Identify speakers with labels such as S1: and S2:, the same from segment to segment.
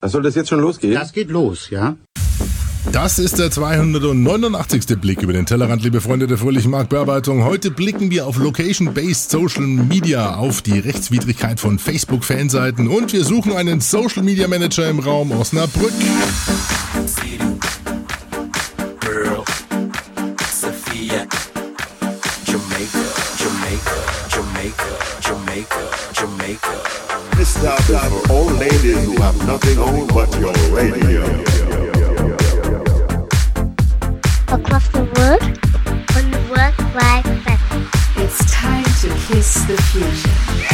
S1: Das soll das jetzt schon losgehen?
S2: Das geht los, ja?
S3: Das ist der 289. Blick über den Tellerrand, liebe Freunde der fröhlichen Marktbearbeitung. Heute blicken wir auf Location-Based Social Media, auf die Rechtswidrigkeit von Facebook-Fanseiten und wir suchen einen Social Media Manager im Raum Osnabrück.
S4: Girl, Sophia, Jamaica, Jamaica, Jamaica, Jamaica, Jamaica.
S5: This out for all ladies who have nothing on but your radio.
S6: across the world on the World Wide Web.
S7: It's time to kiss the future.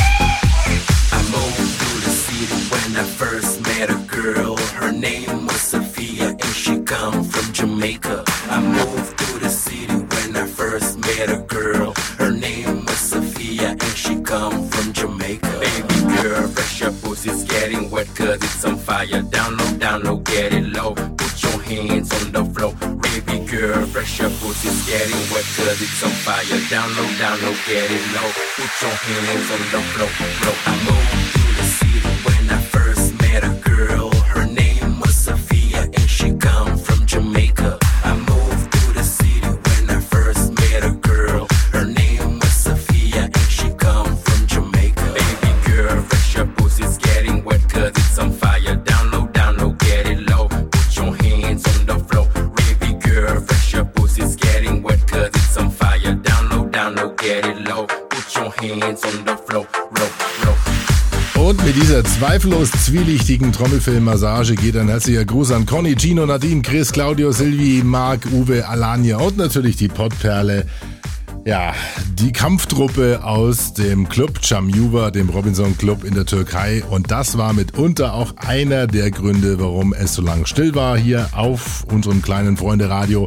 S4: I mowed through the city when I first met a girl. Her name was Sophia and she come from Jamaica. I moved through the city when I first met a girl. Her name was Sophia and she come from Jamaica. Baby girl, fresh your pussy's getting wet cause it's on fire. Down low, down low, get it low. Put your hands on the floor. Baby girl, fresh your pussy's getting wet cause it's on fire. Down low, down low, get it low. Put your hands on the floor. floor. I moved through the city when I first met a girl. Her name was Sophia and she come from Jamaica. I moved through the city when I first met a girl. Her name was Sophia and she come from Jamaica. Baby girl, fresh your pussy's getting wet cause it's on fire. Down low, down low, get it low. Put your hands on the floor. Baby girl, fresh your pussy's getting wet cause it's on fire. Down low, down low, get it low. Put your hands on the floor. Row, row.
S3: Und mit dieser zweifellos zwielichtigen Trommelfellmassage geht ein herzlicher Gruß an Conny, Gino, Nadine, Chris, Claudio, Silvi, Marc, Uwe, Alania und natürlich die Pottperle. Ja, die Kampftruppe aus dem Club Chamjuva, dem Robinson Club in der Türkei. Und das war mitunter auch einer der Gründe, warum es so lange still war hier auf unserem kleinen Freunde Radio.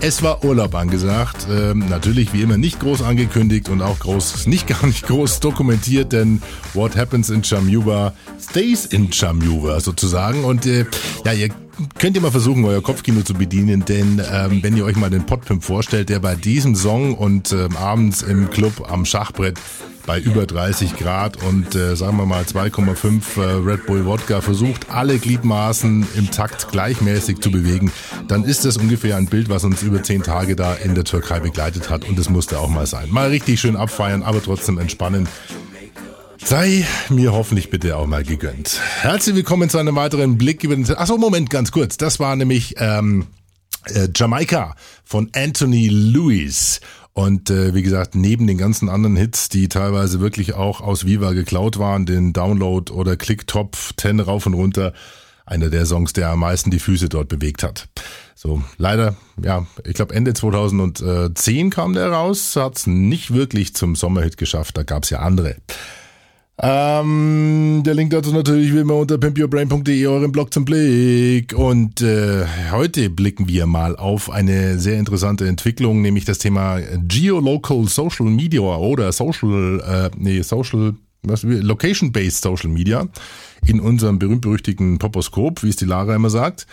S3: Es war Urlaub angesagt. Ähm, natürlich wie immer nicht groß angekündigt und auch groß, nicht gar nicht groß dokumentiert, denn what happens in Chamjuva stays in Chamjuva sozusagen. Und äh, ja, ihr könnt ihr mal versuchen, euer Kopfkino zu bedienen, denn ähm, wenn ihr euch mal den Potpimp vorstellt, der bei diesem Song und ähm, abends im Club am Schachbrett bei über 30 Grad und äh, sagen wir mal 2,5 äh, Red Bull Wodka versucht, alle Gliedmaßen im Takt gleichmäßig zu bewegen, dann ist das ungefähr ein Bild, was uns über 10 Tage da in der Türkei begleitet hat und das musste auch mal sein. Mal richtig schön abfeiern, aber trotzdem entspannen. Sei mir hoffentlich bitte auch mal gegönnt. Herzlich willkommen zu einem weiteren Blick über den. Achso, Moment, ganz kurz. Das war nämlich ähm, äh, Jamaika von Anthony Lewis. Und äh, wie gesagt, neben den ganzen anderen Hits, die teilweise wirklich auch aus Viva geklaut waren, den Download oder Clicktop 10 rauf und runter, einer der Songs, der am meisten die Füße dort bewegt hat. So, leider, ja, ich glaube Ende 2010 kam der raus, hat's nicht wirklich zum Sommerhit geschafft, da gab's ja andere. Ähm, der Link dazu natürlich wie immer unter pimpyourbrain.de, euren Blog zum Blick. Und äh, heute blicken wir mal auf eine sehr interessante Entwicklung, nämlich das Thema Geolocal Social Media oder Social, äh, nee, Social, was, Location-Based Social Media in unserem berühmt-berüchtigten Poposkop, wie es die Lara immer sagt.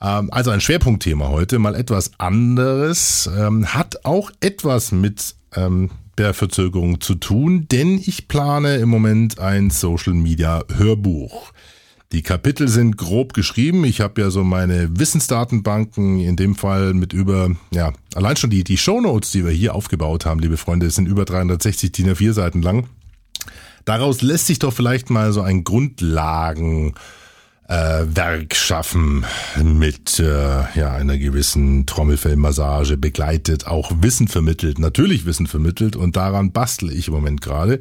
S3: Ähm, also ein Schwerpunktthema heute, mal etwas anderes, ähm, hat auch etwas mit... Ähm, der Verzögerung zu tun, denn ich plane im Moment ein Social Media Hörbuch. Die Kapitel sind grob geschrieben. Ich habe ja so meine Wissensdatenbanken, in dem Fall mit über, ja, allein schon die, die Shownotes, die wir hier aufgebaut haben, liebe Freunde, sind über 360 DIN A4 Seiten lang. Daraus lässt sich doch vielleicht mal so ein Grundlagen äh, Werk schaffen mit äh, ja, einer gewissen Trommelfellmassage begleitet, auch Wissen vermittelt, natürlich Wissen vermittelt und daran bastle ich im Moment gerade.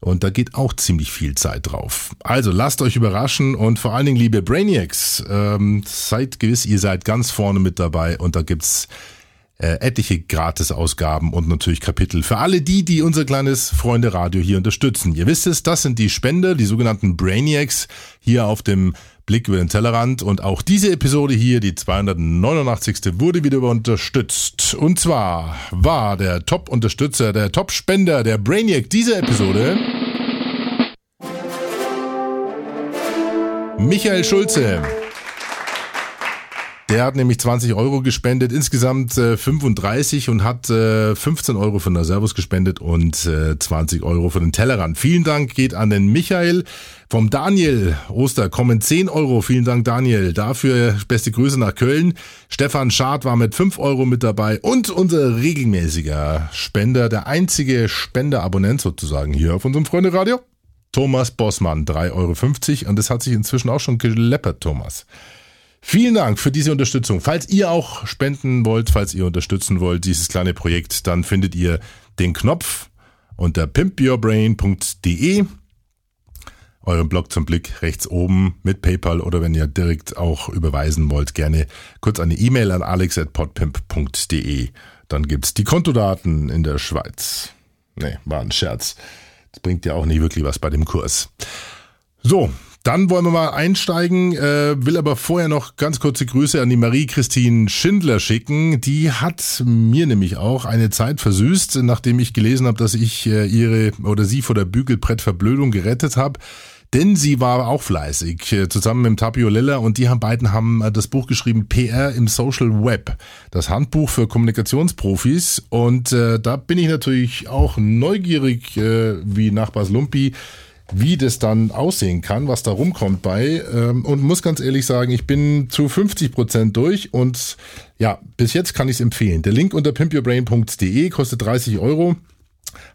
S3: Und da geht auch ziemlich viel Zeit drauf. Also lasst euch überraschen und vor allen Dingen, liebe Brainiacs, ähm, seid gewiss, ihr seid ganz vorne mit dabei und da gibt's äh, etliche Gratisausgaben und natürlich Kapitel für alle die, die unser kleines Freunde Radio hier unterstützen. Ihr wisst es, das sind die Spender, die sogenannten Brainiacs hier auf dem Blick über den Tellerrand und auch diese Episode hier, die 289. wurde wieder unterstützt. Und zwar war der Top-Unterstützer, der Top-Spender, der Brainiac dieser Episode Michael Schulze. Der hat nämlich 20 Euro gespendet, insgesamt äh, 35 und hat äh, 15 Euro von der Servus gespendet und äh, 20 Euro von den Tellerrand. Vielen Dank geht an den Michael. Vom Daniel Oster kommen 10 Euro. Vielen Dank, Daniel. Dafür beste Grüße nach Köln. Stefan Schad war mit 5 Euro mit dabei und unser regelmäßiger Spender, der einzige Spenderabonnent sozusagen hier auf unserem Freunde-Radio. Thomas Bossmann, 3,50 Euro. Und das hat sich inzwischen auch schon geleppert, Thomas. Vielen Dank für diese Unterstützung. Falls ihr auch spenden wollt, falls ihr unterstützen wollt, dieses kleine Projekt, dann findet ihr den Knopf unter pimpyourbrain.de. Euren Blog zum Blick rechts oben mit PayPal oder wenn ihr direkt auch überweisen wollt, gerne kurz eine E-Mail an alex.podpimp.de. Dann gibt's die Kontodaten in der Schweiz. Nee, war ein Scherz. Das bringt ja auch nicht wirklich was bei dem Kurs. So, dann wollen wir mal einsteigen, äh, will aber vorher noch ganz kurze Grüße an die Marie-Christine Schindler schicken. Die hat mir nämlich auch eine Zeit versüßt, nachdem ich gelesen habe, dass ich äh, ihre oder sie vor der Bügelbrettverblödung gerettet habe. Denn sie war auch fleißig, äh, zusammen mit Tapio Lilla und die haben, beiden haben äh, das Buch geschrieben PR im Social Web, das Handbuch für Kommunikationsprofis. Und äh, da bin ich natürlich auch neugierig, äh, wie Nachbars Lumpi, wie das dann aussehen kann, was da rumkommt bei. Ähm, und muss ganz ehrlich sagen, ich bin zu 50 Prozent durch und ja, bis jetzt kann ich es empfehlen. Der Link unter pimpyourbrain.de kostet 30 Euro,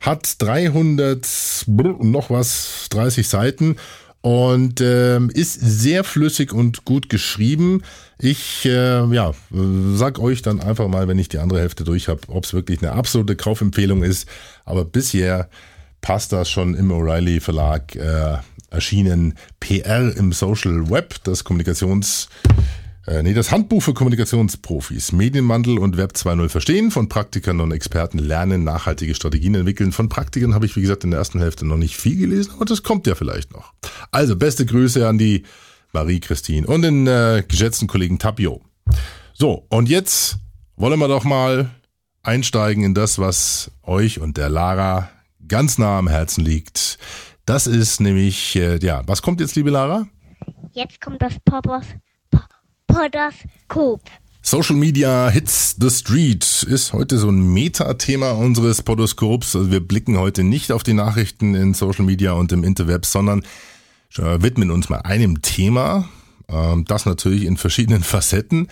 S3: hat 300 brr, noch was, 30 Seiten und ähm, ist sehr flüssig und gut geschrieben. Ich äh, ja, äh, sag euch dann einfach mal, wenn ich die andere Hälfte durch habe, ob es wirklich eine absolute Kaufempfehlung ist. Aber bisher passt das schon im O'Reilly Verlag äh, erschienen PR im Social Web, das Kommunikations äh, nee, das Handbuch für Kommunikationsprofis, Medienmandel und Web 2.0 verstehen, von Praktikern und Experten lernen, nachhaltige Strategien entwickeln. Von Praktikern habe ich, wie gesagt, in der ersten Hälfte noch nicht viel gelesen, aber das kommt ja vielleicht noch. Also, beste Grüße an die Marie-Christine und den äh, geschätzten Kollegen Tapio. So, und jetzt wollen wir doch mal einsteigen in das, was euch und der Lara ganz nah am Herzen liegt. Das ist nämlich, äh, ja, was kommt jetzt, liebe Lara?
S6: Jetzt kommt das Poppers Podoskop.
S3: Social Media Hits the Street ist heute so ein Metathema unseres Podoskops. Also wir blicken heute nicht auf die Nachrichten in Social Media und im Interweb, sondern äh, widmen uns mal einem Thema. Ähm, das natürlich in verschiedenen Facetten.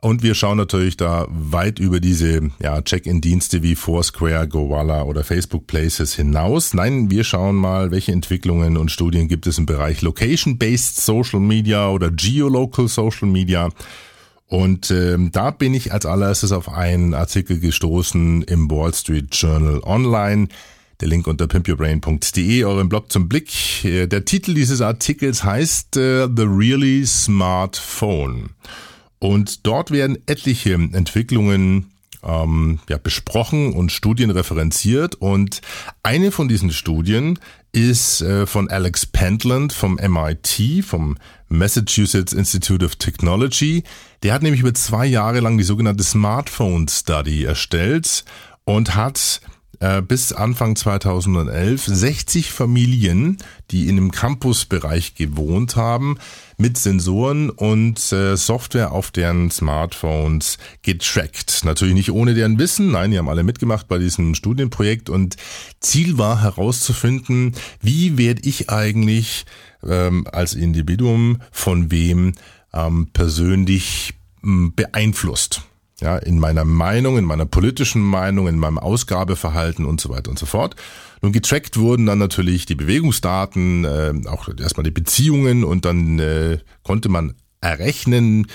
S3: Und wir schauen natürlich da weit über diese ja, Check-in-Dienste wie Foursquare, Gowalla oder Facebook Places hinaus. Nein, wir schauen mal, welche Entwicklungen und Studien gibt es im Bereich Location-Based Social Media oder Geolocal Social Media. Und ähm, da bin ich als allererstes auf einen Artikel gestoßen im Wall Street Journal Online. Der Link unter pimpyourbrain.de, euren Blog zum Blick. Äh, Der Titel dieses Artikels heißt äh, The Really Smart Phone. Und dort werden etliche Entwicklungen ähm, ja, besprochen und Studien referenziert. Und eine von diesen Studien ist äh, von Alex Pentland vom MIT, vom Massachusetts Institute of Technology. Der hat nämlich über zwei Jahre lang die sogenannte Smartphone Study erstellt und hat äh, bis Anfang 2011 60 Familien, die in einem Campusbereich gewohnt haben, mit Sensoren und äh, Software auf deren Smartphones getrackt. Natürlich nicht ohne deren Wissen, nein, die haben alle mitgemacht bei diesem Studienprojekt und Ziel war herauszufinden, wie werde ich eigentlich ähm, als Individuum von wem ähm, persönlich ähm, beeinflusst ja, in meiner Meinung, in meiner politischen Meinung, in meinem Ausgabeverhalten und so weiter und so fort. Nun getrackt wurden dann natürlich die Bewegungsdaten, äh, auch erstmal die Beziehungen und dann äh, konnte man errechnen,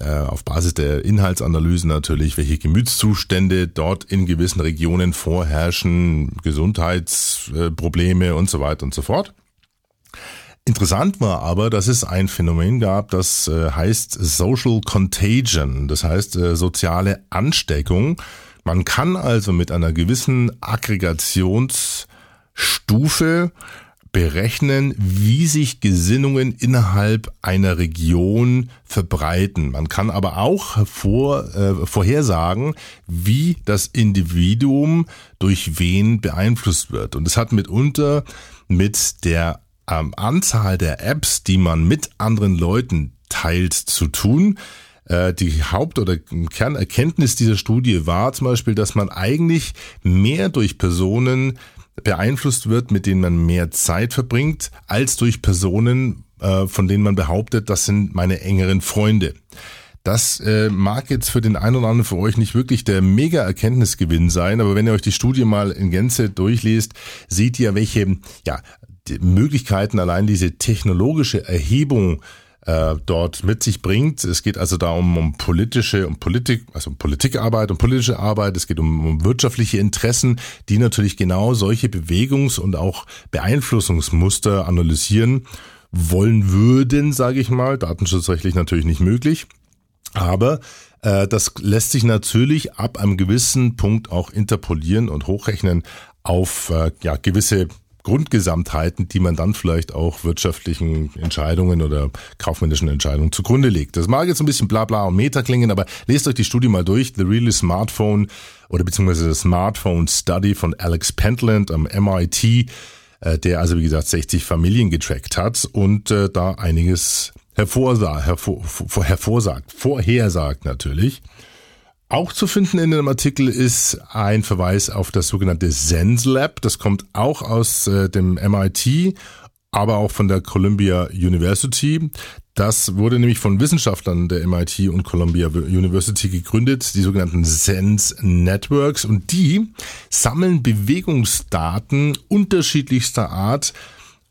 S3: äh, auf Basis der Inhaltsanalysen natürlich, welche Gemütszustände dort in gewissen Regionen vorherrschen, Gesundheitsprobleme und so weiter und so fort. Interessant war aber, dass es ein Phänomen gab, das äh, heißt Social Contagion, das heißt äh, soziale Ansteckung. Man kann also mit einer gewissen Aggregationsstufe berechnen, wie sich Gesinnungen innerhalb einer Region verbreiten. Man kann aber auch vor, äh, vorhersagen, wie das Individuum durch wen beeinflusst wird. Und es hat mitunter mit der ähm, Anzahl der Apps, die man mit anderen Leuten teilt, zu tun. Äh, die Haupt- oder Kernerkenntnis dieser Studie war zum Beispiel, dass man eigentlich mehr durch Personen beeinflusst wird, mit denen man mehr Zeit verbringt, als durch Personen, äh, von denen man behauptet, das sind meine engeren Freunde. Das äh, mag jetzt für den einen oder anderen von euch nicht wirklich der Mega-Erkenntnisgewinn sein, aber wenn ihr euch die Studie mal in Gänze durchlest, seht ihr, welche ja, die Möglichkeiten allein diese technologische Erhebung äh, dort mit sich bringt. Es geht also da um, um politische, um Politik, also um Politikarbeit, um politische Arbeit, es geht um, um wirtschaftliche Interessen, die natürlich genau solche Bewegungs- und auch Beeinflussungsmuster analysieren wollen würden, sage ich mal, datenschutzrechtlich natürlich nicht möglich. Aber äh, das lässt sich natürlich ab einem gewissen Punkt auch interpolieren und hochrechnen auf äh, ja, gewisse Grundgesamtheiten, die man dann vielleicht auch wirtschaftlichen Entscheidungen oder kaufmännischen Entscheidungen zugrunde legt. Das mag jetzt ein bisschen bla bla und Meta klingen, aber lest euch die Studie mal durch. The Really Smartphone oder beziehungsweise das Smartphone Study von Alex Pentland am MIT, äh, der also wie gesagt 60 Familien getrackt hat und äh, da einiges hervorsah, hervor, vor, hervorsagt, vorhersagt natürlich. Auch zu finden in dem Artikel ist ein Verweis auf das sogenannte Sense Lab. Das kommt auch aus äh, dem MIT, aber auch von der Columbia University. Das wurde nämlich von Wissenschaftlern der MIT und Columbia University gegründet, die sogenannten Sense Networks. Und die sammeln Bewegungsdaten unterschiedlichster Art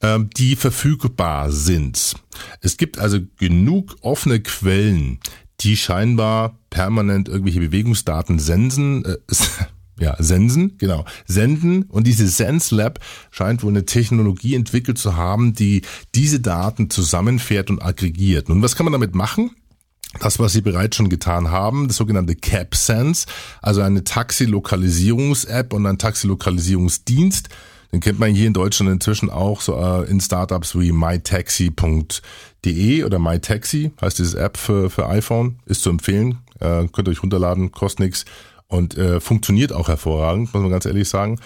S3: Ähm, die verfügbar sind. Es gibt also genug offene Quellen, die scheinbar permanent irgendwelche Bewegungsdaten sensen, äh, ja, sensen, genau, senden. Und diese Sense Lab scheint wohl eine Technologie entwickelt zu haben, die diese Daten zusammenfährt und aggregiert. Nun, was kann man damit machen? Das, was sie bereits schon getan haben, das sogenannte CapSense, also eine Taxilokalisierungs-App und ein Taxilokalisierungsdienst, den kennt man hier in Deutschland inzwischen auch so äh, in Startups wie mytaxi.de oder mytaxi heißt dieses App für, für iPhone, ist zu empfehlen, äh, könnt ihr euch runterladen, kostet nichts und äh, funktioniert auch hervorragend, muss man ganz ehrlich sagen.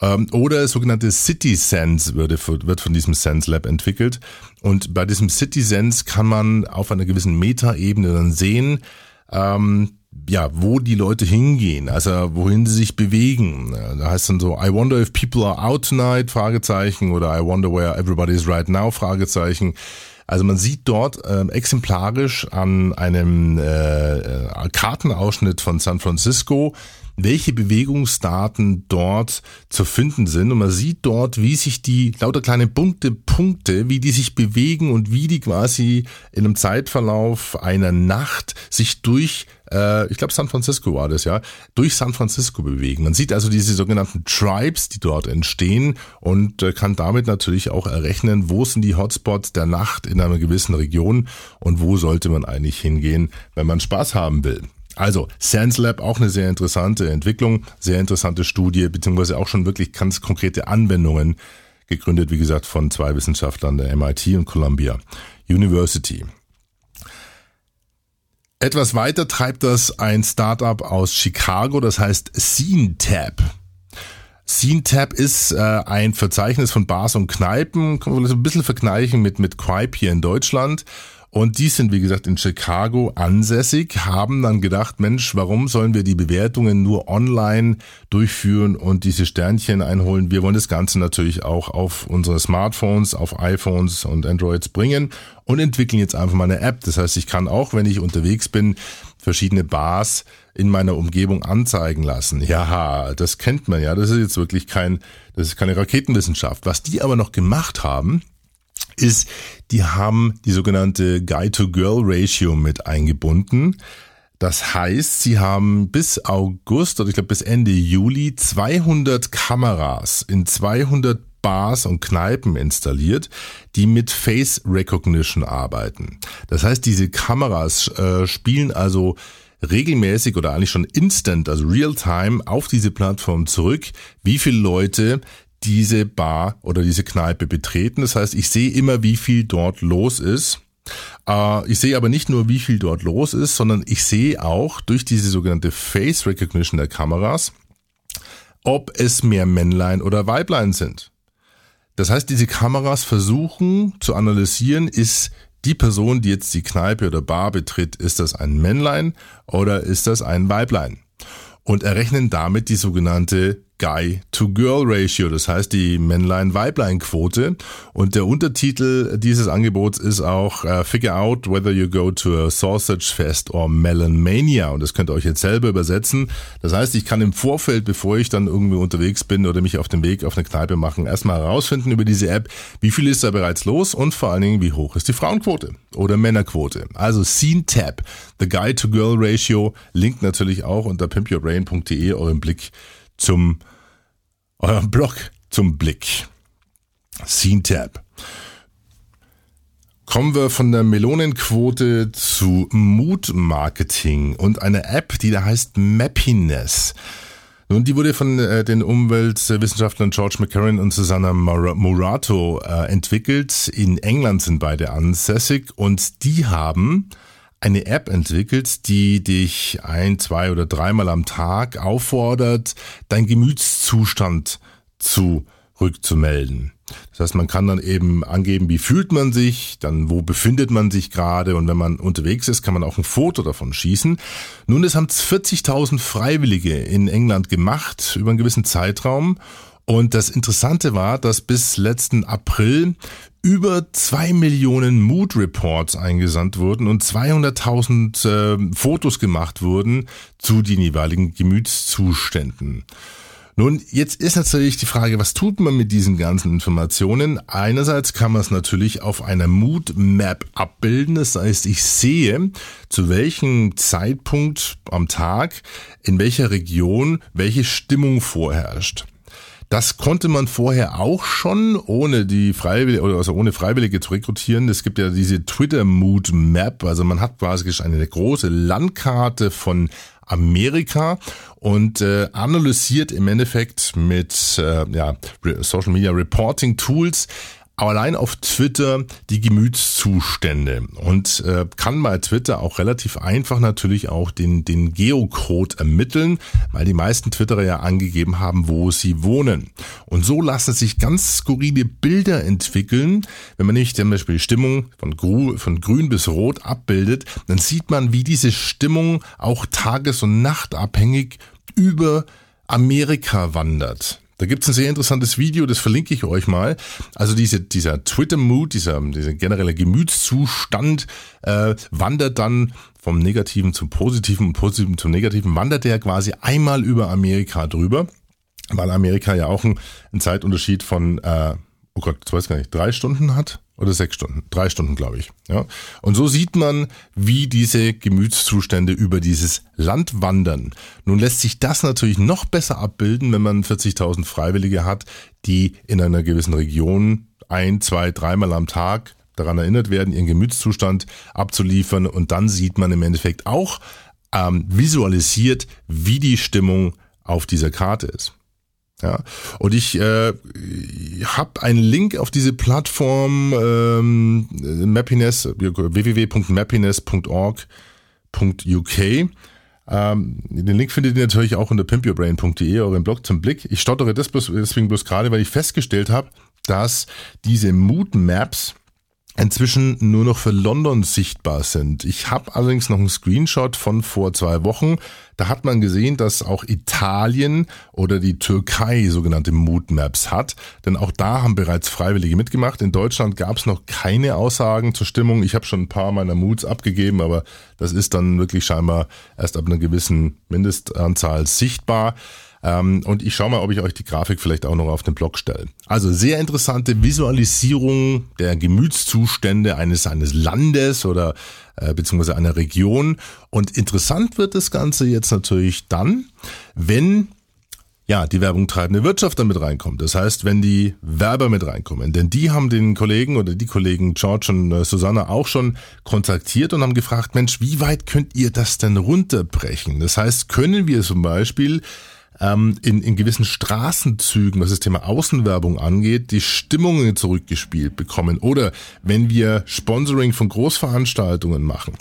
S3: Ähm, oder das sogenannte CitySense würde, wird von diesem Sense Lab entwickelt und bei diesem CitySense kann man auf einer gewissen Metaebene dann sehen, ähm, ja, wo die Leute hingehen, also wohin sie sich bewegen. Da heißt dann so, I wonder if people are out tonight, Fragezeichen, oder I wonder where everybody is right now, Fragezeichen. Also man sieht dort äh, exemplarisch an einem äh, Kartenausschnitt von San Francisco, welche Bewegungsdaten dort zu finden sind. Und man sieht dort, wie sich die lauter kleine bunte Punkte, wie die sich bewegen und wie die quasi in einem Zeitverlauf einer Nacht sich durch, äh, ich glaube San Francisco war das, ja, durch San Francisco bewegen. Man sieht also diese sogenannten Tribes, die dort entstehen und äh, kann damit natürlich auch errechnen, wo sind die Hotspots der Nacht in einer gewissen Region und wo sollte man eigentlich hingehen, wenn man Spaß haben will. Also, SenseLab auch eine sehr interessante Entwicklung, sehr interessante Studie, beziehungsweise auch schon wirklich ganz konkrete Anwendungen, gegründet, wie gesagt, von zwei Wissenschaftlern der MIT und Columbia University. Etwas weiter treibt das ein Startup aus Chicago, das heißt SceneTab. SceneTab ist äh, ein Verzeichnis von Bars und Kneipen, kann man so ein bisschen vergleichen mit, mit Cripe hier in Deutschland. Und die sind, wie gesagt, in Chicago ansässig, haben dann gedacht, Mensch, warum sollen wir die Bewertungen nur online durchführen und diese Sternchen einholen? Wir wollen das Ganze natürlich auch auf unsere Smartphones, auf iPhones und Androids bringen und entwickeln jetzt einfach mal eine App. Das heißt, ich kann auch, wenn ich unterwegs bin, verschiedene Bars in meiner Umgebung anzeigen lassen. Ja, das kennt man ja. Das ist jetzt wirklich kein, das ist keine Raketenwissenschaft. Was die aber noch gemacht haben, ist, die haben die sogenannte Guy-to-Girl-Ratio mit eingebunden. Das heißt, sie haben bis August oder ich glaube bis Ende Juli 200 Kameras in 200 Bars und Kneipen installiert, die mit Face Recognition arbeiten. Das heißt, diese Kameras äh, spielen also regelmäßig oder eigentlich schon instant, also real-time auf diese Plattform zurück, wie viele Leute diese Bar oder diese Kneipe betreten. Das heißt, ich sehe immer, wie viel dort los ist. Äh, Ich sehe aber nicht nur, wie viel dort los ist, sondern ich sehe auch durch diese sogenannte Face Recognition der Kameras, ob es mehr Männlein oder Weiblein sind. Das heißt, diese Kameras versuchen zu analysieren, ist die Person, die jetzt die Kneipe oder Bar betritt, ist das ein Männlein oder ist das ein Weiblein? Und errechnen damit die sogenannte Guy-to-Girl-Ratio, das heißt die Männlein-Weiblein-Quote. Und der Untertitel dieses Angebots ist auch äh, Figure out whether you go to a sausage fest or melon mania. Und das könnt ihr euch jetzt selber übersetzen. Das heißt, ich kann im Vorfeld, bevor ich dann irgendwie unterwegs bin oder mich auf dem Weg auf eine Kneipe machen, erstmal herausfinden über diese App, wie viel ist da bereits los und vor allen Dingen, wie hoch ist die Frauenquote oder Männerquote. Also Scene Tab, The Guy-to-Girl Ratio, Link natürlich auch unter pimpyourbrain.de euren Blick zum eurem Blog zum Blick. Scene Tab. Kommen wir von der Melonenquote zu Mood Marketing und einer App, die da heißt Mappiness. Nun, die wurde von äh, den Umweltwissenschaftlern George McCarran und Susanna Mur Murato äh, entwickelt. In England sind beide ansässig und die haben eine App entwickelt, die dich ein, zwei oder dreimal am Tag auffordert, deinen Gemütszustand zurückzumelden. Das heißt, man kann dann eben angeben, wie fühlt man sich, dann wo befindet man sich gerade und wenn man unterwegs ist, kann man auch ein Foto davon schießen. Nun, das haben 40.000 Freiwillige in England gemacht über einen gewissen Zeitraum und das Interessante war, dass bis letzten April über zwei Millionen Mood Reports eingesandt wurden und 200.000 äh, Fotos gemacht wurden zu den jeweiligen Gemütszuständen. Nun, jetzt ist natürlich die Frage, was tut man mit diesen ganzen Informationen? Einerseits kann man es natürlich auf einer Mood Map abbilden. Das heißt, ich sehe, zu welchem Zeitpunkt am Tag, in welcher Region, welche Stimmung vorherrscht. Das konnte man vorher auch schon, ohne die Freiwillige, oder also ohne Freiwillige zu rekrutieren. Es gibt ja diese Twitter-Mood-Map. Also man hat quasi eine große Landkarte von Amerika und äh, analysiert im Endeffekt mit äh, ja, Social Media Reporting Tools allein auf Twitter die Gemütszustände und äh, kann bei Twitter auch relativ einfach natürlich auch den, den Geocode ermitteln, weil die meisten Twitterer ja angegeben haben, wo sie wohnen. Und so lassen sich ganz skurrile Bilder entwickeln. Wenn man nicht zum Beispiel die Stimmung von, Gru, von grün bis rot abbildet, dann sieht man, wie diese Stimmung auch tages- und nachtabhängig über Amerika wandert. Da gibt's ein sehr interessantes Video, das verlinke ich euch mal. Also diese, dieser Twitter-Mood, dieser, dieser generelle Gemütszustand äh, wandert dann vom Negativen zum Positiven und Positiven zum Negativen, wandert der quasi einmal über Amerika drüber, weil Amerika ja auch einen, einen Zeitunterschied von, äh, oh Gott, ich weiß gar nicht, drei Stunden hat oder sechs Stunden, drei Stunden glaube ich. Ja. Und so sieht man, wie diese Gemütszustände über dieses Land wandern. Nun lässt sich das natürlich noch besser abbilden, wenn man 40.000 Freiwillige hat, die in einer gewissen Region ein, zwei, dreimal am Tag daran erinnert werden, ihren Gemütszustand abzuliefern. Und dann sieht man im Endeffekt auch ähm, visualisiert, wie die Stimmung auf dieser Karte ist. Ja, und ich äh, habe einen Link auf diese Plattform ähm, Mappiness www.mappiness.org.uk. Ähm, den Link findet ihr natürlich auch unter pimpyourbrain.de, euren Blog zum Blick. Ich stottere das bloß, deswegen bloß gerade, weil ich festgestellt habe, dass diese Mood Maps inzwischen nur noch für London sichtbar sind. Ich habe allerdings noch einen Screenshot von vor zwei Wochen. Da hat man gesehen, dass auch Italien oder die Türkei sogenannte Mood Maps hat. Denn auch da haben bereits Freiwillige mitgemacht. In Deutschland gab es noch keine Aussagen zur Stimmung. Ich habe schon ein paar meiner Moods abgegeben, aber das ist dann wirklich scheinbar erst ab einer gewissen Mindestanzahl sichtbar Ähm, und ich schaue mal, ob ich euch die Grafik vielleicht auch noch auf den Blog stelle. Also sehr interessante Visualisierung der Gemütszustände eines, eines Landes oder äh, beziehungsweise einer Region. Und interessant wird das Ganze jetzt natürlich dann, wenn ja, die Werbung treibende Wirtschaft damit reinkommt. Das heißt, wenn die Werber mit reinkommen. Denn die haben den Kollegen oder die Kollegen George und äh, Susanna auch schon kontaktiert und haben gefragt, Mensch, wie weit könnt ihr das denn runterbrechen? Das heißt, können wir zum Beispiel in, in gewissen Straßenzügen, was das Thema Außenwerbung angeht, die Stimmungen zurückgespielt bekommen. Oder wenn wir Sponsoring von Großveranstaltungen machen,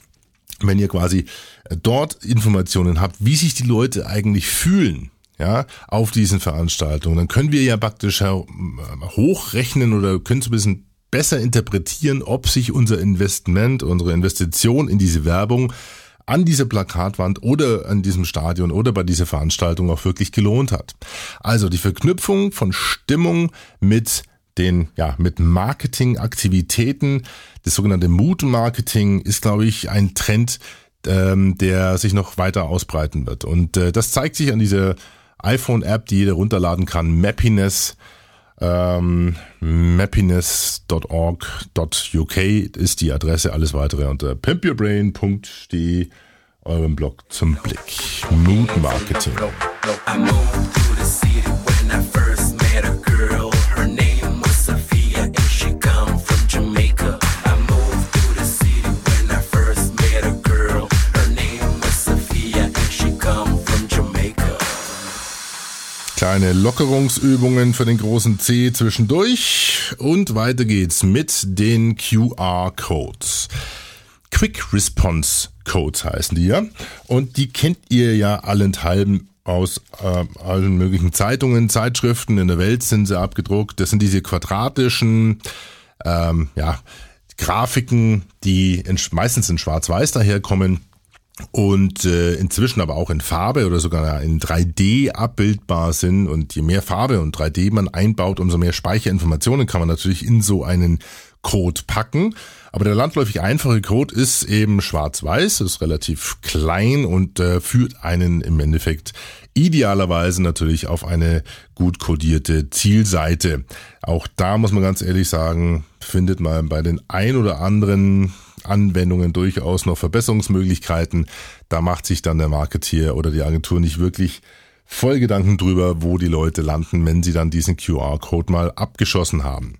S3: wenn ihr quasi äh, dort Informationen habt, wie sich die Leute eigentlich fühlen. Ja, auf diesen Veranstaltungen. Dann können wir ja praktisch hochrechnen äh, oder können so ein bisschen besser interpretieren, ob sich unser Investment, unsere Investition in diese Werbung an dieser Plakatwand oder an diesem Stadion oder bei dieser Veranstaltung auch wirklich gelohnt hat. Also die Verknüpfung von Stimmung mit den, ja, mit Marketingaktivitäten, das sogenannte Mood-Marketing ist, glaube ich, ein Trend, ähm, der sich noch weiter ausbreiten wird. Und äh, das zeigt sich an dieser iPhone-App, die jeder runterladen kann, Mappiness. Ähm, mappiness.org.uk ist die Adresse, alles weitere unter pimpyourbrain.de, eurem Blog zum Blick. Mood Marketing.
S4: I moved through the city when I first met a girl. Her name was Sophia and she come from Jamaica. I moved through the city when I first met a girl. Her name was Sophia and she come from Jamaica.
S3: Kleine Lockerungsübungen für den großen C zwischendurch. Und weiter geht's mit den QR-Codes. Quick Response Codes heißen die ja. Und die kennt ihr ja allenthalben aus äh, allen möglichen Zeitungen, Zeitschriften. In der Welt sind sie abgedruckt. Das sind diese quadratischen, ähm, ja, Grafiken, die in, meistens in Schwarz-Weiß daherkommen und äh, inzwischen aber auch in Farbe oder sogar in 3D abbildbar sind. Und je mehr Farbe und 3D man einbaut, umso mehr Speicherinformationen kann man natürlich in so einen Code packen. Aber der landläufig einfache Code ist eben schwarz-weiß, ist relativ klein und äh, führt einen im Endeffekt idealerweise natürlich auf eine gut kodierte Zielseite. Auch da muss man ganz ehrlich sagen, findet man bei den ein oder anderen Anwendungen durchaus noch Verbesserungsmöglichkeiten. Da macht sich dann der Marketier oder die Agentur nicht wirklich voll Gedanken drüber, wo die Leute landen, wenn sie dann diesen QR-Code mal abgeschossen haben.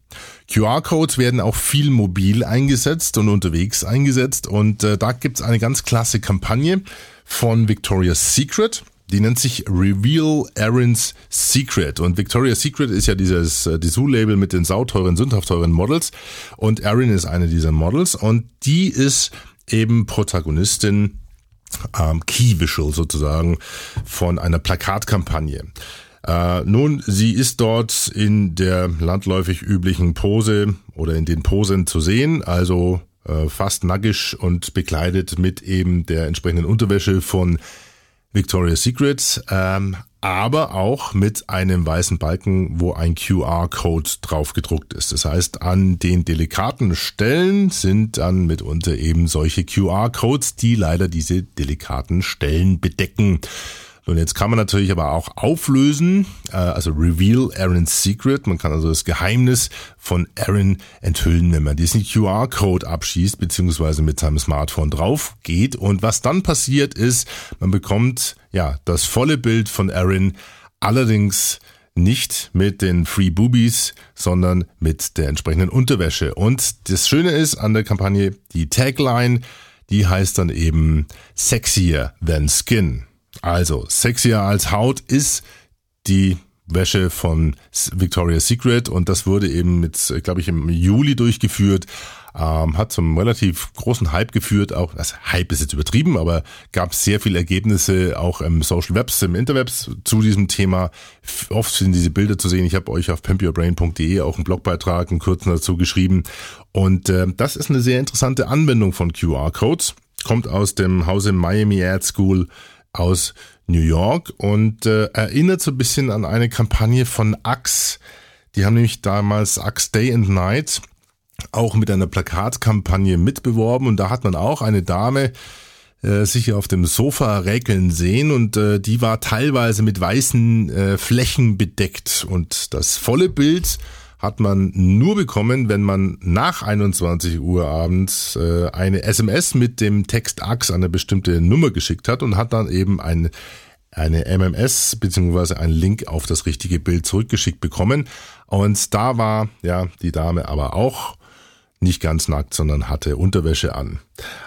S3: QR-Codes werden auch viel mobil eingesetzt und unterwegs eingesetzt und äh, da gibt's eine ganz klasse Kampagne von Victoria's Secret. Die nennt sich Reveal Aaron's Secret. Und Victoria's Secret ist ja dieses äh, Dessous-Label mit den sauteuren, sündhaft teuren Models. Und Aaron ist eine dieser Models. Und die ist eben Protagonistin, ähm, Key Visual sozusagen, von einer Plakatkampagne. Äh, nun, sie ist dort in der landläufig üblichen Pose oder in den Posen zu sehen. Also äh, fast nackig und bekleidet mit eben der entsprechenden Unterwäsche von Victoria's Secret, ähm, aber auch mit einem weißen Balken, wo ein QR-Code drauf gedruckt ist. Das heißt, an den delikaten Stellen sind dann mitunter eben solche QR-Codes, die leider diese delikaten Stellen bedecken. Und jetzt kann man natürlich aber auch auflösen, äh, also reveal Aaron's Secret. Man kann also das Geheimnis von Aaron enthüllen, wenn man diesen QR-Code abschießt, beziehungsweise mit seinem Smartphone drauf geht. Und was dann passiert ist, man bekommt ja das volle Bild von Aaron, allerdings nicht mit den Free Boobies, sondern mit der entsprechenden Unterwäsche. Und das Schöne ist an der Kampagne, die Tagline, die heißt dann eben sexier than skin. Also, sexier als Haut ist die Wäsche von S- Victoria's Secret und das wurde eben mit, glaube ich, im Juli durchgeführt. Ähm, hat zum relativ großen Hype geführt, auch das Hype ist jetzt übertrieben, aber gab sehr viele Ergebnisse auch im Social Webs, im Interwebs zu diesem Thema. F- Oft sind diese Bilder zu sehen. Ich habe euch auf pimpyourbrain.de e auch einen Blogbeitrag, einen kurzen dazu geschrieben. Und äh, das ist eine sehr interessante Anwendung von QR-Codes. Kommt aus dem Hause Miami Ad School aus New York und äh, erinnert so ein bisschen an eine Kampagne von Axe. Die haben nämlich damals Axe Day and Night auch mit einer Plakatkampagne mitbeworben und da hat man auch eine Dame äh, sich auf dem Sofa räkeln sehen und äh, die war teilweise mit weißen äh, Flächen bedeckt und das volle Bild hat man nur bekommen, wenn man nach 21 Uhr abends äh, eine SMS mit dem Text AX an eine bestimmte Nummer geschickt hat und hat dann eben ein, eine MMS beziehungsweise einen Link auf das richtige Bild zurückgeschickt bekommen. Und da war ja die Dame aber auch nicht ganz nackt, sondern hatte Unterwäsche an.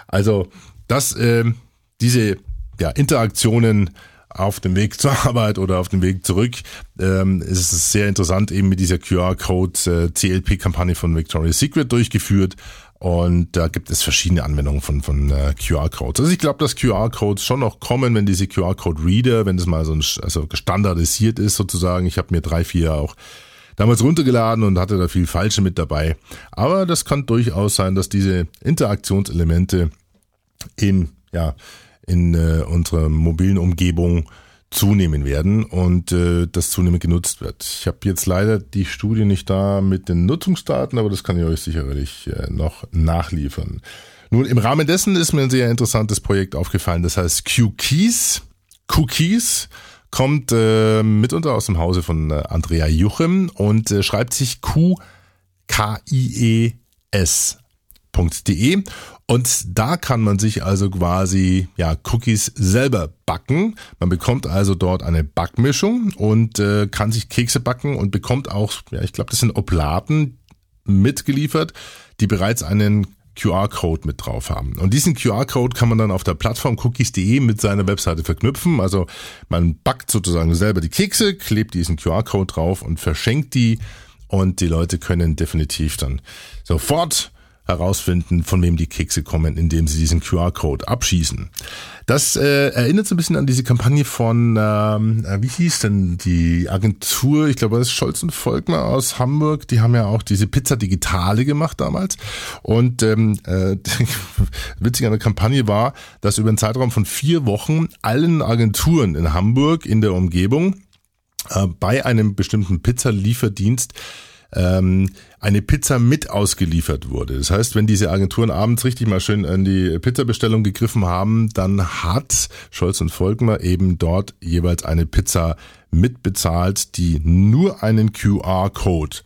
S3: Also, dass ähm, diese ja, Interaktionen auf dem Weg zur Arbeit oder auf dem Weg zurück, ähm, ist es sehr interessant, eben mit dieser QR-Code äh, CLP-Kampagne von Victoria's Secret durchgeführt. Und da gibt es verschiedene Anwendungen von, von äh, QR-Codes. Also ich glaube, dass QR-Codes schon noch kommen, wenn diese QR-Code-Reader, wenn das mal so ein, also standardisiert ist sozusagen. Ich habe mir drei, vier auch damals runtergeladen und hatte da viel Falsche mit dabei. Aber das kann durchaus sein, dass diese Interaktionselemente in, ja, in äh, unserer mobilen Umgebung zunehmen werden und äh, das zunehmend genutzt wird. Ich habe jetzt leider die Studie nicht da mit den Nutzungsdaten, aber das kann ich euch sicherlich äh, noch nachliefern. Nun, im Rahmen dessen ist mir ein sehr interessantes Projekt aufgefallen, das heißt Q-Keys. Cookies kommt äh, mitunter aus dem Hause von äh, Andrea Juchem und äh, schreibt sich E Q-K-I-E-S.de. E. Und da kann man sich also quasi ja, Cookies selber backen. Man bekommt also dort eine Backmischung und äh, kann sich Kekse backen und bekommt auch, ja, ich glaube, das sind Oblaten mitgeliefert, die bereits einen QR-Code mit drauf haben. Und diesen QR-Code kann man dann auf der Plattform cookies.de mit seiner Webseite verknüpfen. Also man backt sozusagen selber die Kekse, klebt diesen QR-Code drauf und verschenkt die. Und die Leute können definitiv dann sofort herausfinden, von wem die Kekse kommen, indem sie diesen QR-Code abschießen. Das äh, erinnert so ein bisschen an diese Kampagne von, ähm, äh, wie hieß denn die Agentur, ich glaube, das ist Scholz und Volkmer aus Hamburg, die haben ja auch diese Pizza Digitale gemacht damals. Und ähm, äh, witzig an der Kampagne war, dass über einen Zeitraum von vier Wochen allen Agenturen in Hamburg, in der Umgebung, äh, bei einem bestimmten Pizzalieferdienst ähm, eine Pizza mit ausgeliefert wurde. Das heißt, wenn diese Agenturen abends richtig mal schön an die Pizzabestellung gegriffen haben, dann hat Scholz und Volkmer eben dort jeweils eine Pizza mitbezahlt, die nur einen QR-Code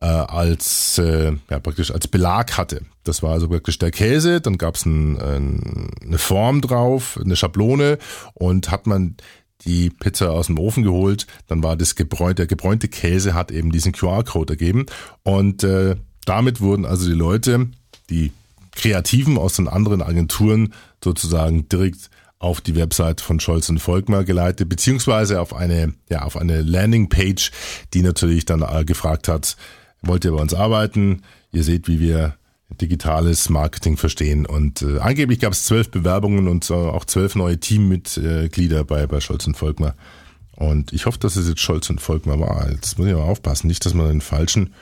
S3: äh, als äh, ja, praktisch als Belag hatte. Das war also praktisch der Käse, dann gab es ein, äh, ein, eine Form drauf, eine Schablone und hat man die Pizza aus dem Ofen geholt, dann war das gebräunte, der gebräunte Käse hat eben diesen QR-Code ergeben und äh, damit wurden also die Leute, die Kreativen aus den anderen Agenturen sozusagen direkt auf die Website von Scholz und Volkmer geleitet, beziehungsweise auf eine, ja, auf eine Landingpage, die natürlich dann äh, gefragt hat, wollt ihr bei uns arbeiten? Ihr seht, wie wir digitales Marketing verstehen. Und äh, angeblich gab es zwölf Bewerbungen und äh, auch zwölf neue Teammitglieder bei, bei Scholz und Volkmer. Und ich hoffe, dass es jetzt Scholz und Volkmer war. Jetzt muss ich aber aufpassen, nicht, dass man den falschen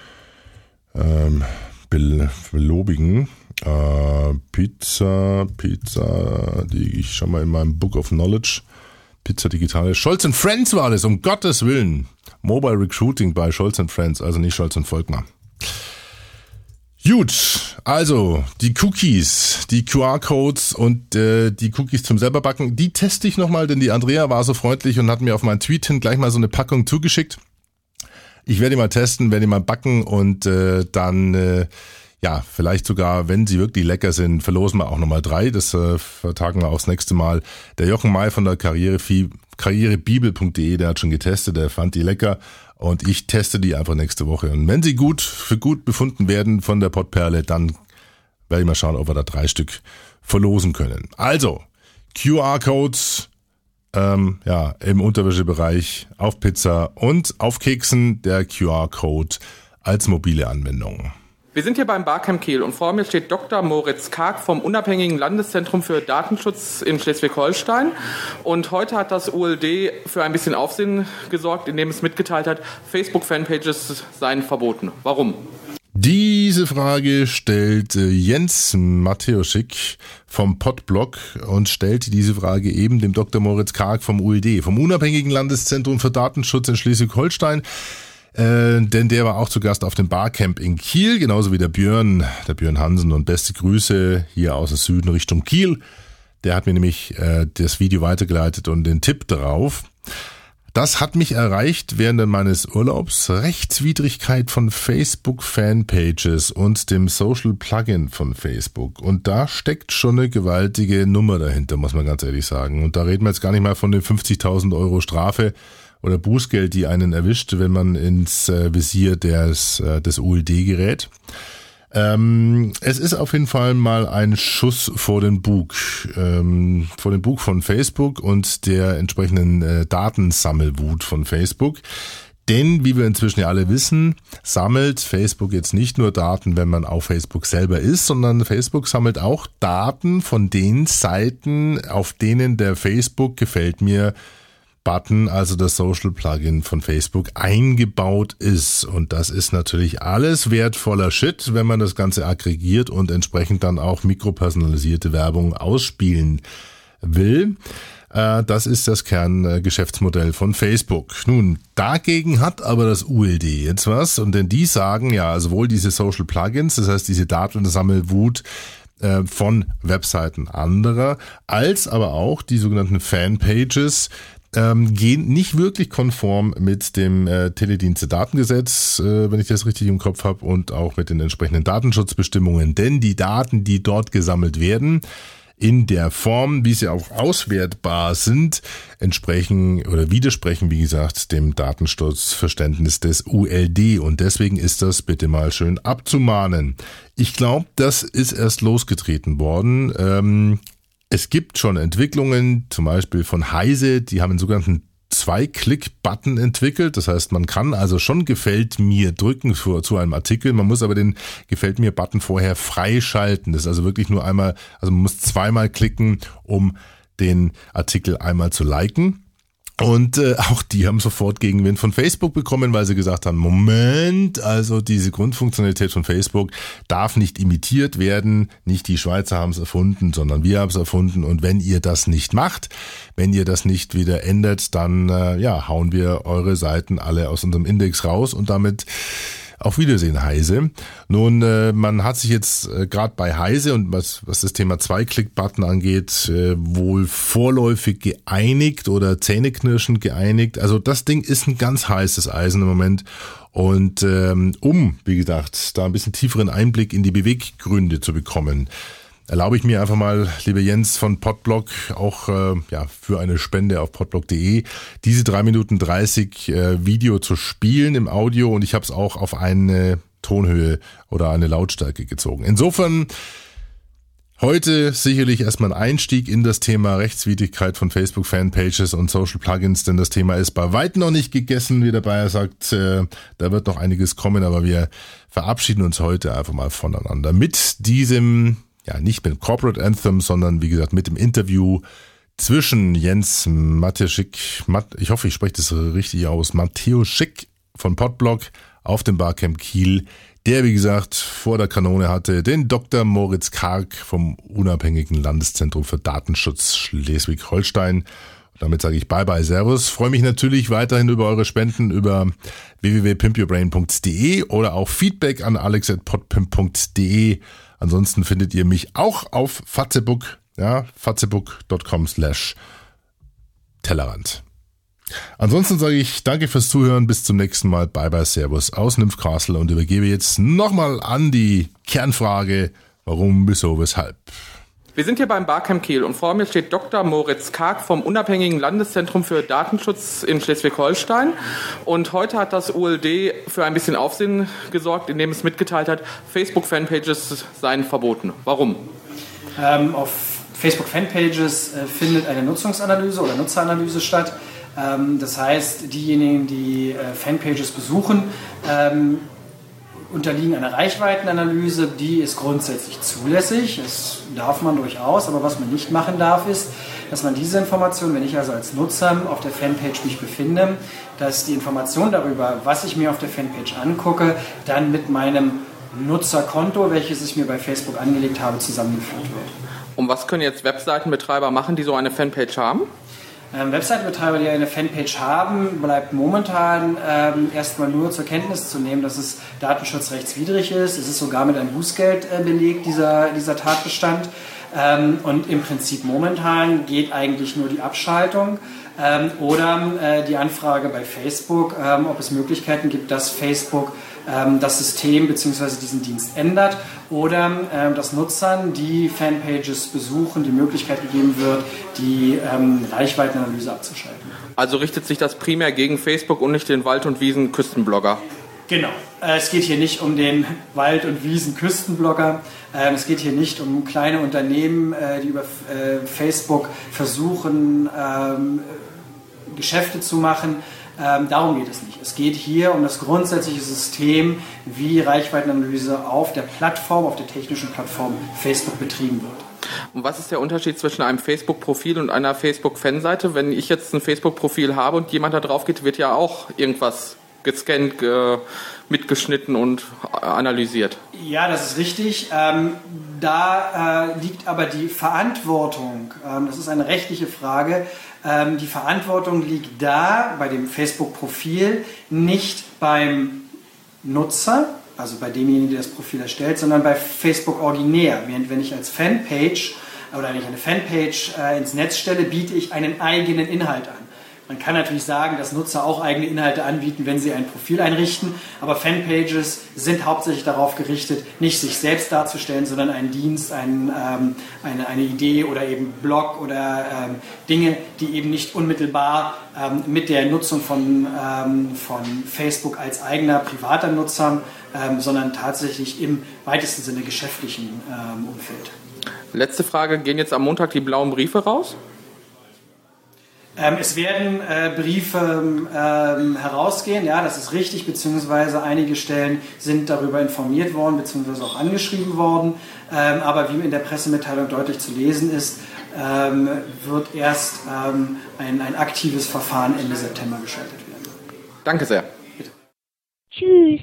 S3: ähm, bel belobigen. Äh, Pizza, Pizza, die ich schon mal in meinem Book of Knowledge. Pizza Digitale. Scholz and Friends war das, um Gottes Willen. Mobile Recruiting bei Scholz and Friends, also nicht Scholz und Volkmer. Gut, also die Cookies, die QR-Codes und äh, die Cookies zum selberbacken, die teste ich nochmal, denn die Andrea war so freundlich und hat mir auf meinen Tweet hin gleich mal so eine Packung zugeschickt. Ich werde die mal testen, werde die mal backen und äh, dann, äh, ja, vielleicht sogar, wenn sie wirklich lecker sind, verlosen wir auch nochmal drei. Das äh, vertagen wir aufs nächste Mal. Der Jochen May von der Karrierefi karrierebibel.de, der hat schon getestet, der fand die lecker und ich teste die einfach nächste Woche. Und wenn sie gut für gut befunden werden von der Pottperle, dann werde ich mal schauen, ob wir da drei Stück verlosen können. Also, QR-Codes ähm, ja, im Unterwäschebereich auf Pizza und auf Keksen der QR-Code als mobile Anwendung.
S1: Wir sind hier beim Barcamp Kiel und vor mir steht Dr. Moritz Karg vom unabhängigen Landeszentrum für Datenschutz in Schleswig-Holstein. Und heute hat das ULD für ein bisschen Aufsehen gesorgt, indem es mitgeteilt hat, Facebook-Fanpages seien verboten. Warum?
S3: Diese Frage stellt äh, Jens Matthäuschik vom Podblog und stellte diese Frage eben dem Dr. Moritz Karg vom ULD, vom unabhängigen Landeszentrum für Datenschutz in Schleswig-Holstein. Äh, denn der war auch zu Gast auf dem Barcamp in Kiel, genauso wie der Björn, der Björn Hansen und beste Grüße hier aus dem Süden Richtung Kiel. Der hat mir nämlich äh, das Video weitergeleitet und den Tipp darauf. Das hat mich erreicht während meines Urlaubs. Rechtswidrigkeit von Facebook-Fanpages und dem Social-Plugin von Facebook. Und da steckt schon eine gewaltige Nummer dahinter, muss man ganz ehrlich sagen. Und da reden wir jetzt gar nicht mal von den 50.000 Euro Strafe, oder Bußgeld, die einen erwischt, wenn man ins äh, Visier des, äh, des ULD gerät. Ähm, es ist auf jeden Fall mal ein Schuss vor den Bug, ähm, vor den Bug von Facebook und der entsprechenden äh, Datensammelwut von Facebook. Denn, wie wir inzwischen ja alle wissen, sammelt Facebook jetzt nicht nur Daten, wenn man auf Facebook selber ist, sondern Facebook sammelt auch Daten von den Seiten, auf denen der Facebook gefällt mir Button, also das Social Plugin von Facebook, eingebaut ist. Und das ist natürlich alles wertvoller Shit, wenn man das Ganze aggregiert und entsprechend dann auch mikropersonalisierte Werbung ausspielen will. Äh, Das ist das Kerngeschäftsmodell von Facebook. Nun, dagegen hat aber das ULD jetzt was. Und denn die sagen ja, sowohl diese Social Plugins, das heißt diese Datensammelwut äh, von Webseiten anderer, als aber auch die sogenannten Fanpages, ähm, gehen nicht wirklich konform mit dem äh, Teledienste-Datengesetz, äh, wenn ich das richtig im Kopf habe, und auch mit den entsprechenden Datenschutzbestimmungen. Denn die Daten, die dort gesammelt werden, in der Form, wie sie auch auswertbar sind, entsprechen oder widersprechen, wie gesagt, dem Datenschutzverständnis des ULD. Und deswegen ist das bitte mal schön abzumahnen. Ich glaube, das ist erst losgetreten worden. Ähm, es gibt schon Entwicklungen, zum Beispiel von Heise, die haben einen sogenannten Zwei-Klick-Button entwickelt. Das heißt, man kann also schon Gefällt mir drücken für, zu einem Artikel. Man muss aber den Gefällt mir-Button vorher freischalten. Das ist also wirklich nur einmal, also man muss zweimal klicken, um den Artikel einmal zu liken. Und äh, auch die haben sofort Gegenwind von Facebook bekommen, weil sie gesagt haben, Moment, also diese Grundfunktionalität von Facebook darf nicht imitiert werden. Nicht die Schweizer haben es erfunden, sondern wir haben es erfunden. Und wenn ihr das nicht macht, wenn ihr das nicht wieder ändert, dann äh, ja, hauen wir eure Seiten alle aus unserem Index raus und damit auf Wiedersehen, Heise. Nun, äh, man hat sich jetzt äh, gerade bei Heise und was, was das Thema Zwei-Klick-Button angeht, äh, wohl vorläufig geeinigt oder zähneknirschend geeinigt. Also das Ding ist ein ganz heißes Eisen im Moment. Und ähm, um, wie gesagt, da ein bisschen tieferen Einblick in die Beweggründe zu bekommen, erlaube ich mir einfach mal, liebe Jens von Podblog, auch äh, ja, für eine Spende auf podblog.de, diese drei Minuten 30 äh, Video zu spielen im Audio und ich habe es auch auf eine Tonhöhe oder eine Lautstärke gezogen. Insofern heute sicherlich erstmal ein Einstieg in das Thema Rechtswidrigkeit von Facebook-Fanpages und Social Plugins, denn das Thema ist bei weitem noch nicht gegessen, wie der Bayer sagt. Äh, da wird noch einiges kommen, aber wir verabschieden uns heute einfach mal voneinander mit diesem ja, nicht mit dem Corporate Anthem, sondern wie gesagt mit dem Interview zwischen Jens Mateuszczyk, Mat, ich hoffe, ich spreche das richtig aus, Mateuszczyk von Podblog auf dem Barcamp Kiel, der wie gesagt vor der Kanone hatte den Dr. Moritz Karg vom unabhängigen Landeszentrum für Datenschutz Schleswig-Holstein. Und Damit sage ich Bye bye, Servus. Freue mich natürlich weiterhin über eure Spenden über www.pimpyourbrain.de oder auch Feedback an alex.podpimp.de. Ansonsten findet ihr mich auch auf Fatzebook, ja, fatzebook.com slash Tellerrand. Ansonsten sage ich danke fürs Zuhören, bis zum nächsten Mal. Bye bye, Servus aus Nymphcastle und übergebe jetzt nochmal an die Kernfrage, warum, wieso, weshalb.
S1: Wir sind hier beim Barcamp Kiel und vor mir steht Dr. Moritz Karg vom unabhängigen Landeszentrum für Datenschutz in Schleswig-Holstein. Und heute hat das ULD für ein bisschen Aufsehen gesorgt, indem es mitgeteilt hat, Facebook-Fanpages seien verboten. Warum?
S2: Ähm, auf Facebook Fanpages äh, findet eine Nutzungsanalyse oder Nutzeranalyse statt. Ähm, das heißt, diejenigen, die äh, Fanpages besuchen, ähm, unterliegen einer Reichweitenanalyse, die ist grundsätzlich zulässig, das darf man durchaus, aber was man nicht machen darf ist, dass man diese Information, wenn ich also als Nutzer auf der Fanpage mich befinde, dass die Information darüber, was ich mir auf der Fanpage angucke, dann mit meinem Nutzerkonto, welches ich mir bei Facebook angelegt habe, zusammengeführt wird.
S1: Und was können jetzt Webseitenbetreiber machen, die so eine Fanpage haben?
S2: Ähm, Website-Betreiber, die eine Fanpage haben, bleibt momentan ähm, erstmal nur zur Kenntnis zu nehmen, dass es datenschutzrechtswidrig ist. Es ist sogar mit einem Bußgeld äh, belegt, dieser, dieser Tatbestand. Ähm, und im Prinzip momentan geht eigentlich nur die Abschaltung ähm, oder äh, die Anfrage bei Facebook, ähm, ob es Möglichkeiten gibt, dass Facebook ähm, das System bzw. diesen Dienst ändert oder ähm, dass Nutzern, die Fanpages besuchen, die Möglichkeit gegeben wird, die ähm, Reichweitenanalyse abzuschalten.
S1: Also richtet sich das primär gegen Facebook und nicht den Wald- und Wiesen-Küstenblogger.
S2: Genau. Äh, Es geht hier nicht um den Wald- und Wiesen-Küstenblogger. Ähm, Es geht hier nicht um kleine Unternehmen, äh, die über äh, Facebook versuchen, ähm, Geschäfte zu machen. Ähm, darum geht es nicht. Es geht hier um das grundsätzliche System, wie Reichweitenanalyse auf der Plattform, auf der technischen Plattform Facebook betrieben wird.
S1: Und was ist der Unterschied zwischen einem Facebook-Profil und einer Facebook-Fanseite? Wenn ich jetzt ein Facebook-Profil habe und jemand da drauf geht, wird ja auch irgendwas gescannt, ge mitgeschnitten und analysiert.
S2: Ja, das ist richtig. Ähm, da äh, liegt aber die Verantwortung, ähm, das ist eine rechtliche Frage, ähm, die Verantwortung liegt da bei dem Facebook-Profil nicht beim Nutzer, also bei demjenigen, der das Profil erstellt, sondern bei Facebook ordinär. Während wenn ich als Fanpage oder wenn ich eine Fanpage äh, ins Netz stelle, biete ich einen eigenen Inhalt an. Man kann natürlich sagen, dass Nutzer auch eigene Inhalte anbieten, wenn sie ein Profil einrichten, aber Fanpages sind hauptsächlich darauf gerichtet, nicht sich selbst darzustellen, sondern einen Dienst, einen, ähm, eine, eine Idee oder eben Blog oder ähm, Dinge, die eben nicht unmittelbar ähm, mit der Nutzung von, ähm, von Facebook als eigener privater Nutzer, ähm, sondern tatsächlich im weitesten Sinne geschäftlichen ähm, Umfeld.
S1: Letzte Frage, gehen jetzt am Montag die blauen Briefe raus?
S2: Ähm, es werden äh, Briefe ähm, herausgehen, ja, das ist richtig, beziehungsweise einige Stellen sind darüber informiert worden, beziehungsweise auch angeschrieben worden. Ähm, aber wie in der Pressemitteilung deutlich zu lesen ist, ähm, wird erst ähm, ein, ein aktives Verfahren Ende September geschaltet werden.
S1: Danke sehr.
S6: Tschüss.